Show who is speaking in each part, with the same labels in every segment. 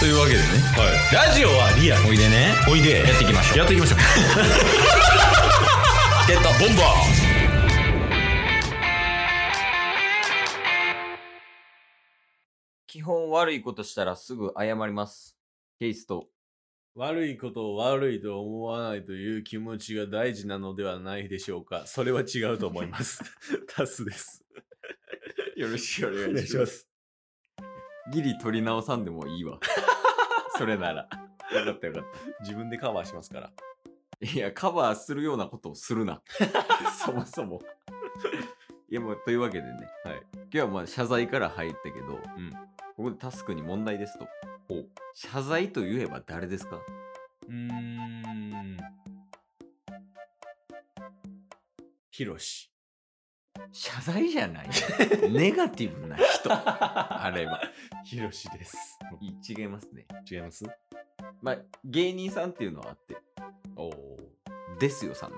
Speaker 1: というわけでね、ラジオはリアおいでね
Speaker 2: おいで
Speaker 1: やっていきましょう
Speaker 2: やってい きましょう
Speaker 1: ゲットボンバ
Speaker 3: 基本悪いことしたらすぐ謝ります。ケイスと。
Speaker 4: 悪いことを悪いと思わないという気持ちが大事なのではないでしょうか。それは違うと思います。 タスです。
Speaker 3: よろしくお
Speaker 4: お願いしま。す。
Speaker 3: ギリ取り直さんでもいいわ。それなら。
Speaker 4: よかったよかった。自分でカバーしますから。
Speaker 3: いや、カバーするようなことをするな。 そもそも。いや、もう、というわけでね。
Speaker 4: はい。
Speaker 3: 今日はまあ、謝罪から入ったけど、
Speaker 4: ん
Speaker 3: ここでタスクに問題ですと。謝罪と言えば誰ですか
Speaker 4: うーん。ヒロシ。
Speaker 3: 謝罪じゃない。ネガティブ な人。あれは。
Speaker 4: ヒロシです。
Speaker 3: い違いますね。
Speaker 4: 違います
Speaker 3: まあ、芸人さんっていうのはあって、
Speaker 4: おー
Speaker 3: ですよさんね。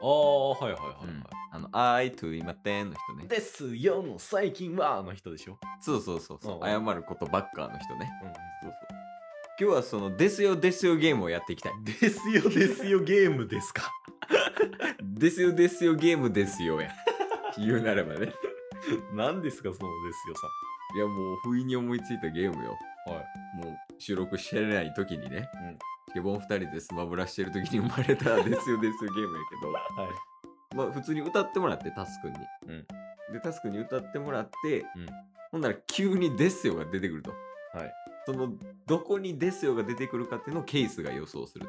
Speaker 4: ああ、はいはいはい、はい
Speaker 3: あの、I to 今てんの人ね。
Speaker 4: ですよの最近はあの人でしょ。
Speaker 3: そうそうそうそう、
Speaker 4: うん
Speaker 3: 謝ることばっかの人ね。
Speaker 4: うん。
Speaker 3: そうそう。今日はその、ですよですよゲームをやっていきたい。
Speaker 4: ですよ ですよゲームですか。
Speaker 3: ですよですよゲームですよや。言うならばね。
Speaker 4: 何ですかそのですよさん。
Speaker 3: いやもう、不意に思いついたゲームよ。。
Speaker 4: はい
Speaker 3: もう、収録してない時にね。
Speaker 4: うん。
Speaker 3: ケボン二人でスマブラしてる時に生まれたですよですよゲームやけ ど。
Speaker 4: はい。
Speaker 3: まあ、普通に歌ってもらって、タスくんに。
Speaker 4: うん。
Speaker 3: で、タスくんに歌ってもらって、
Speaker 4: うん
Speaker 3: ほんなら急にですよが出てくると。
Speaker 4: はい。
Speaker 3: その、どこにですよが出てくるかっていうのをケースが予想する。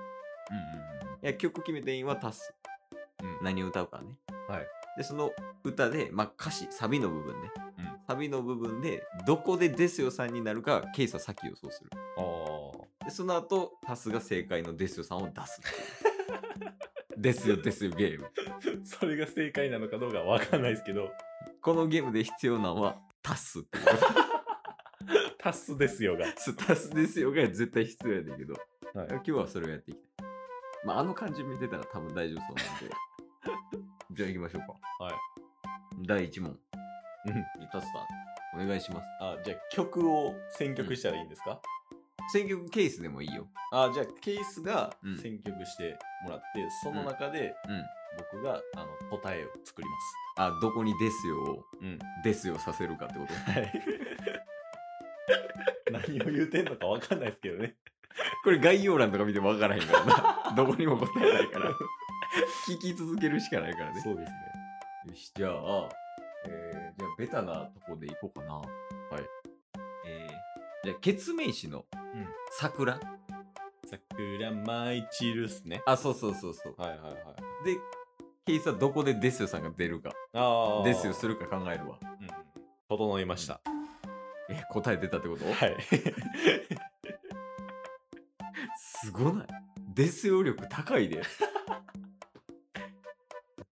Speaker 3: いや、曲決めていいはタス。
Speaker 4: うん
Speaker 3: 何を歌うかね。
Speaker 4: はい。
Speaker 3: で、その歌で、まあ、歌詞、サビの部分ね。
Speaker 4: うん
Speaker 3: サビの部分で、どこでですよさんになるか、ケイスは先予想する。
Speaker 4: ああ。
Speaker 3: で、その後、タスが正解のですよさんを出すっ ていう。ですよ、ですよ、ゲーム。
Speaker 4: それが正解なのかどうかわかんないですけど、
Speaker 3: このゲームで必要なのは、タスっていうこと
Speaker 4: タスですよが。
Speaker 3: スタスですよが絶対必要やねんけど、
Speaker 4: はい
Speaker 3: 今日はそれをやっていきたい。まあ、あの感じ見てたら多分大丈夫そ うなんで。じゃあ行きましょうか。
Speaker 4: はい。
Speaker 3: 第1問。
Speaker 4: うん。
Speaker 3: タスさん、お願いします。
Speaker 4: あ、じゃあ曲を選曲したらいいんですか、
Speaker 3: 選曲ケースでもいいよ。
Speaker 4: あ、じゃあケースが
Speaker 3: うん
Speaker 4: 選曲してもらって、その中で
Speaker 3: うん。
Speaker 4: 僕があの答えを作ります。
Speaker 3: あ、どこにですよを、
Speaker 4: うん
Speaker 3: ですよさせるかってこと。
Speaker 4: はい。 何を言うてんのかわかんないですけどね。
Speaker 3: これ概要欄とか見てもわからへんから な。どこにも答えないから。聞き続けるしかないからね。
Speaker 4: そうですね。
Speaker 3: よし、じゃあ、えー、じゃあ、ベタなとこでいこうかな。はい。えー、じゃあ、ケツメイシの
Speaker 4: ん
Speaker 3: 桜、
Speaker 4: 桜舞い散るっすね。
Speaker 3: あ、そうそうそうそう。
Speaker 4: はいはいはい。
Speaker 3: で、ケイスはどこでデスヨさんが出るか、
Speaker 4: ああ。
Speaker 3: デスヨするか考えるわ。
Speaker 4: うん。整いました。
Speaker 3: え、答え出たってこと、
Speaker 4: はい。
Speaker 3: すごないデスヨ力高いで。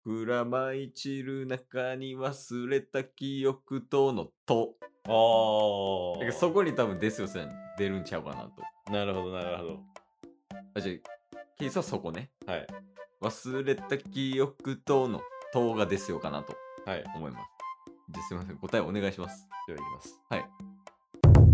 Speaker 3: 桜舞い散る中に忘れた記憶とのと。
Speaker 4: ああ。
Speaker 3: だからそこに多分デスヨさん出るんちゃうかなと。
Speaker 4: なるほど、なるほど。
Speaker 3: あ、じゃあ、ケイスはそこね。
Speaker 4: はい。
Speaker 3: 忘れた記憶との「と」がですよかなと
Speaker 4: はい。
Speaker 3: 思います。じゃあすいません答えお願いします。
Speaker 4: では、いきます。
Speaker 3: はい。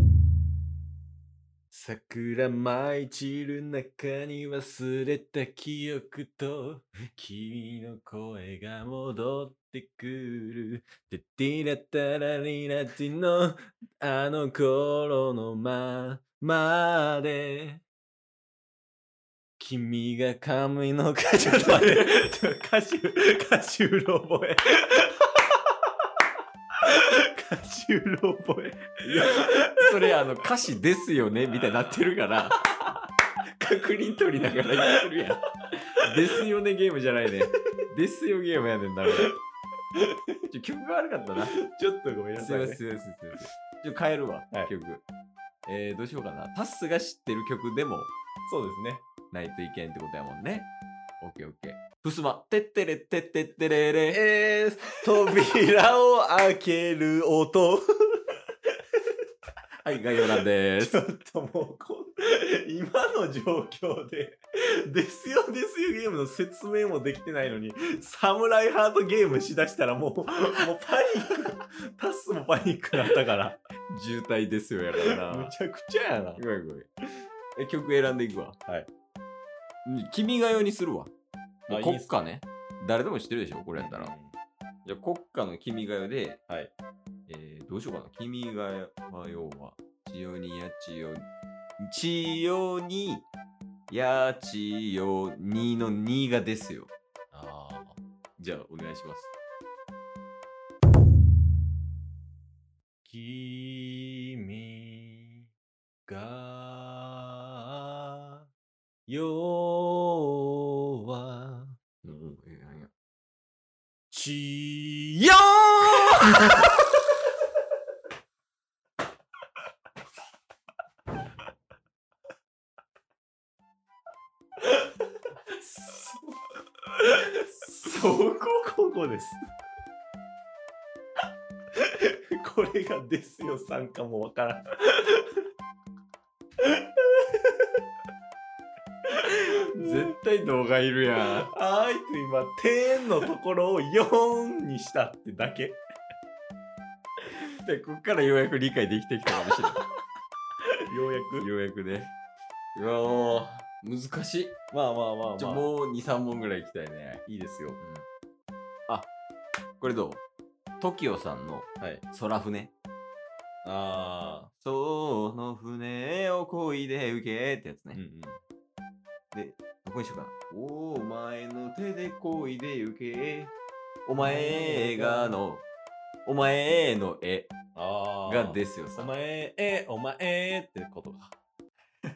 Speaker 4: 桜舞い散る中に忘れた記憶と君の声が戻ってくるでティラタラリラティのあの頃のままで君が髪の毛ちょっと待ってちょっと歌手歌手うろ覚え歌手うろ覚え
Speaker 3: それあの歌詞ですよねみたいになってるから確認取りながら言ってるやん。ですよねゲームじゃないね。ですよゲームやねんなこれ。ちょ曲が悪かったな。すい
Speaker 4: ちょっとごめん
Speaker 3: ま
Speaker 4: な
Speaker 3: せん
Speaker 4: さ
Speaker 3: す
Speaker 4: い
Speaker 3: い
Speaker 4: ね、
Speaker 3: ませんすいません。ちょ変えるわ、
Speaker 4: はい
Speaker 3: 曲。えー、どうしようかな。タッスが知ってる曲でも
Speaker 4: そうですね
Speaker 3: ないといけんってことやもんね。オッケーオッケー。ふすま、てってれってってってれ
Speaker 4: え
Speaker 3: れ。
Speaker 4: ー、扉を開ける音
Speaker 3: はい、概要欄で
Speaker 4: ちょ
Speaker 3: す。
Speaker 4: っともうこん今の状況で「ですよですよゲーム」の説明もできてないのに「サムライハートゲーム」しだしたらもうもうパニックタスもパニックだったから
Speaker 3: 渋滞ですよやから な
Speaker 4: む。ちゃくちゃやな
Speaker 3: ごめんごめん。え、曲選んでいくわ。
Speaker 4: はい
Speaker 3: うん。君が代にするわ。も
Speaker 4: あ
Speaker 3: う
Speaker 4: いいっ
Speaker 3: 国
Speaker 4: す
Speaker 3: 歌ね。誰でも知ってるでしょ、これやったら。じゃあ国歌の君が代で、
Speaker 4: はい
Speaker 3: えーどうしようかな。君が代は要は、千代にや千代に、千代にや千代にの2がですよ。
Speaker 4: ああ
Speaker 3: じゃあお願いします。
Speaker 4: 君が世は
Speaker 3: うん、えー、なんや。
Speaker 4: ちよそこここですこれがですよさんかもわからん
Speaker 3: 絶対動画いるや
Speaker 4: あーいと今「天」のところを「4」にしたってだけ
Speaker 3: ん。で、こっからようやく理解できてきたかもしれない。
Speaker 4: ようやく
Speaker 3: ようやくね。うわー難しい。
Speaker 4: まあまあまあまあ
Speaker 3: じゃあもう2、3問ぐらい行きたいね。
Speaker 4: いいですよ
Speaker 3: あ、これどう ?TOKIO さんの
Speaker 4: はい
Speaker 3: 空船。
Speaker 4: あ
Speaker 3: その船を漕いで受けってやつ
Speaker 4: あ
Speaker 3: ね。
Speaker 4: うんうん
Speaker 3: どこにしようかな。お前の手で漕いで受け。お前がの、お前の絵
Speaker 4: ああ
Speaker 3: がですよ
Speaker 4: お
Speaker 3: さ。
Speaker 4: 前えお前えってことか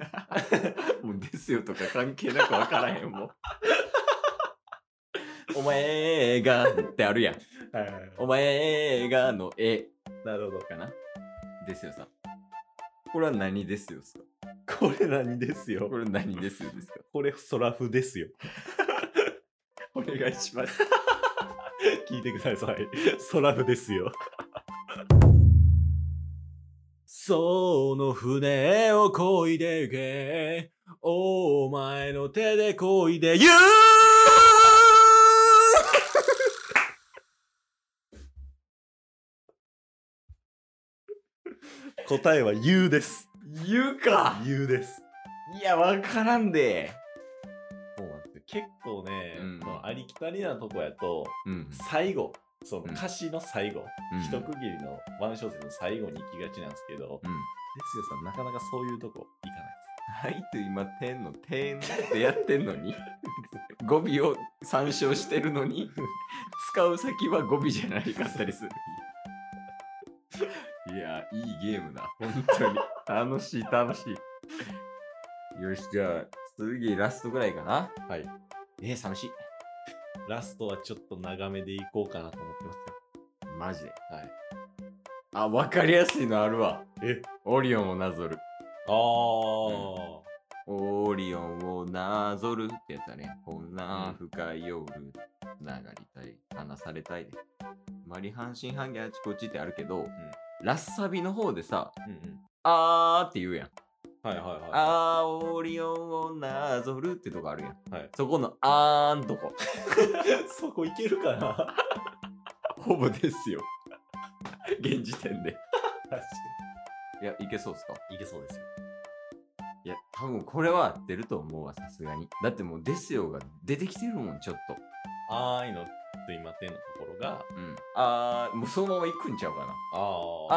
Speaker 3: もうですよとか関係なくわからへん もん。お前がってあるやん。
Speaker 4: はいはいはい
Speaker 3: お前がの絵
Speaker 4: なるほど
Speaker 3: かなですよさん。これは何ですよっすか
Speaker 4: これ何ですよ
Speaker 3: これ何ですよですか
Speaker 4: これソラフですよ
Speaker 3: お願いします。
Speaker 4: 聞いてくださいソラフですよ その船をこいで行けお前の手でこいでゆう答えは言うです。
Speaker 3: 言うか
Speaker 4: 言うです。
Speaker 3: いや、わからんで。
Speaker 4: そうなんですよ結構ね、
Speaker 3: うん
Speaker 4: このありきたりなとこやと
Speaker 3: うん
Speaker 4: 最後そ
Speaker 3: うん
Speaker 4: の歌詞の最後、
Speaker 3: うん
Speaker 4: 一区切りのワン小節の最後に行きがちなんですけど、
Speaker 3: うん。
Speaker 4: ですよさんなかなかそういうとこ行かない
Speaker 3: はいと今、天の天ってやってんのに、 語尾を参照してるの に、使う先は語尾じゃないかったりする。いや、いいゲームだ。本当に。楽しい、楽しい。よし、じゃあ、次、ラストぐらいかな。
Speaker 4: はい。
Speaker 3: えー、寂しい。
Speaker 4: ラストはちょっと長めで行こうかなと思ってますよ
Speaker 3: マジで。
Speaker 4: はい。
Speaker 3: あ、わかりやすいのあるわ。
Speaker 4: え
Speaker 3: オリオンをなぞる。
Speaker 4: あー、
Speaker 3: オリオンをなぞるってやつだね。こんな深い夜、つながりたい、離されたいで。あまり半信半疑あちこちってあるけど、ラッサビの方でさ、
Speaker 4: うん、うん
Speaker 3: あーって言うやん。
Speaker 4: はいはいはい
Speaker 3: あー、オリオンをなぞるってとこあるやん。
Speaker 4: はい
Speaker 3: そこのあーんとこ。
Speaker 4: そこ行けるかな
Speaker 3: ほぼですよ。 現時点で。いや、いけそうっすか
Speaker 4: いけそうですよ
Speaker 3: いや、多分これは出ると思うわ、さすがに。だってもうですよが出てきてるもん、ちょっと。
Speaker 4: あーいのと今手のところが
Speaker 3: うん。あー、もうそのまま行くんちゃうかな。
Speaker 4: あ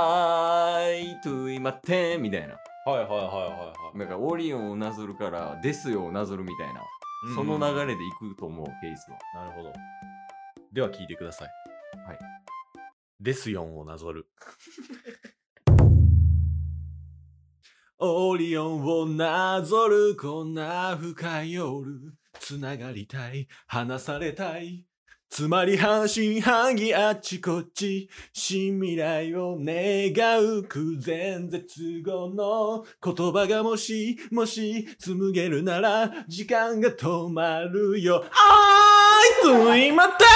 Speaker 3: あーいといまてみたいな。
Speaker 4: あはいはいはいはいはい
Speaker 3: なんかオリオンをなぞるから、ですよをなぞるみたいな。その
Speaker 4: れ
Speaker 3: 流れでいくと思う、ケースは。
Speaker 4: なるほど。では聞いてください。
Speaker 3: はい。
Speaker 4: ですよんをなぞる。 オリオンをなぞるこんな深い夜。つながりたい、離されたい。つまり半信半疑あっちこっち。新未来を願う空前絶後の言葉がもしもし紡げるなら時間が止まるよ愛と今だ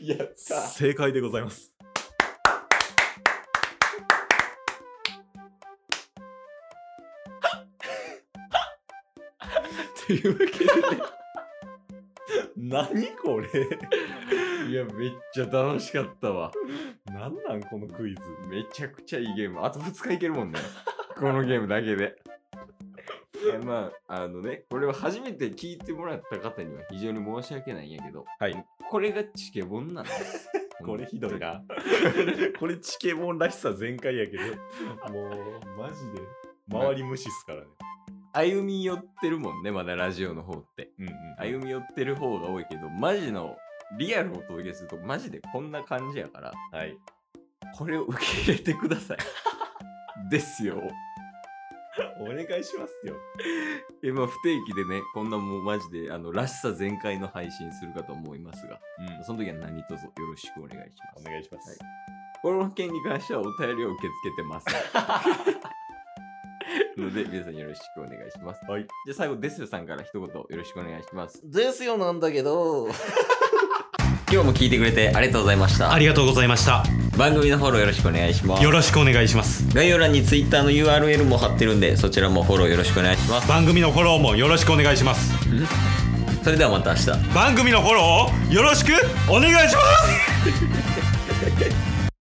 Speaker 1: やっ
Speaker 4: 正解でござ いますというわけで、ね、何これ
Speaker 3: いや、めっちゃ楽しかったわ。
Speaker 4: なんなんこのクイズ。
Speaker 3: めちゃくちゃいいゲーム。あと2日いけるもん ね。このゲームだけで。いやまあ、あのね、これを初めて聞いてもらった方には非常に申し訳ないんやけど、
Speaker 4: はい。
Speaker 3: これがチケボンなん です。
Speaker 4: これひどいな。 これチケモンらしさ全開やけど、もう、マジで、周り無視っすからね。
Speaker 3: 歩み寄ってるもんね、まだラジオの方って。
Speaker 4: うんうん。
Speaker 3: 歩み寄ってる方が多いけど、マジのリアルをお届けすると、マジでこんな感じやから、
Speaker 4: はい。
Speaker 3: これを受け入れてくださ い。ですよ。
Speaker 4: お願いしますよ。
Speaker 3: え、まあ、不定期でね、こんなもうマジで、あの、らしさ全開の配信するかと思いますが、
Speaker 4: うん。
Speaker 3: その時は何卒よろしくお願いしま
Speaker 4: お
Speaker 3: す。
Speaker 4: 願いします。
Speaker 3: この件に関してはお便りを受け付けて ます。ので、皆さんよろしくお願いします。
Speaker 4: はい。
Speaker 3: じゃあ最後、デスヨさんから一言よろしくお願いします。
Speaker 2: ですよなんだけ ど 今日も聞いてくれてありがとうございました
Speaker 1: ありがとうございました。
Speaker 2: 番組のフォローよろしくお願いします
Speaker 1: よろしくお願いします。
Speaker 2: 概要欄に Twitter の URL も貼ってるんでそちらもフォローよろしくお願いします
Speaker 1: 番組のフォローもよろしくお願いします。
Speaker 2: それではまた明日
Speaker 1: 番組のフォローをよろしくお願いします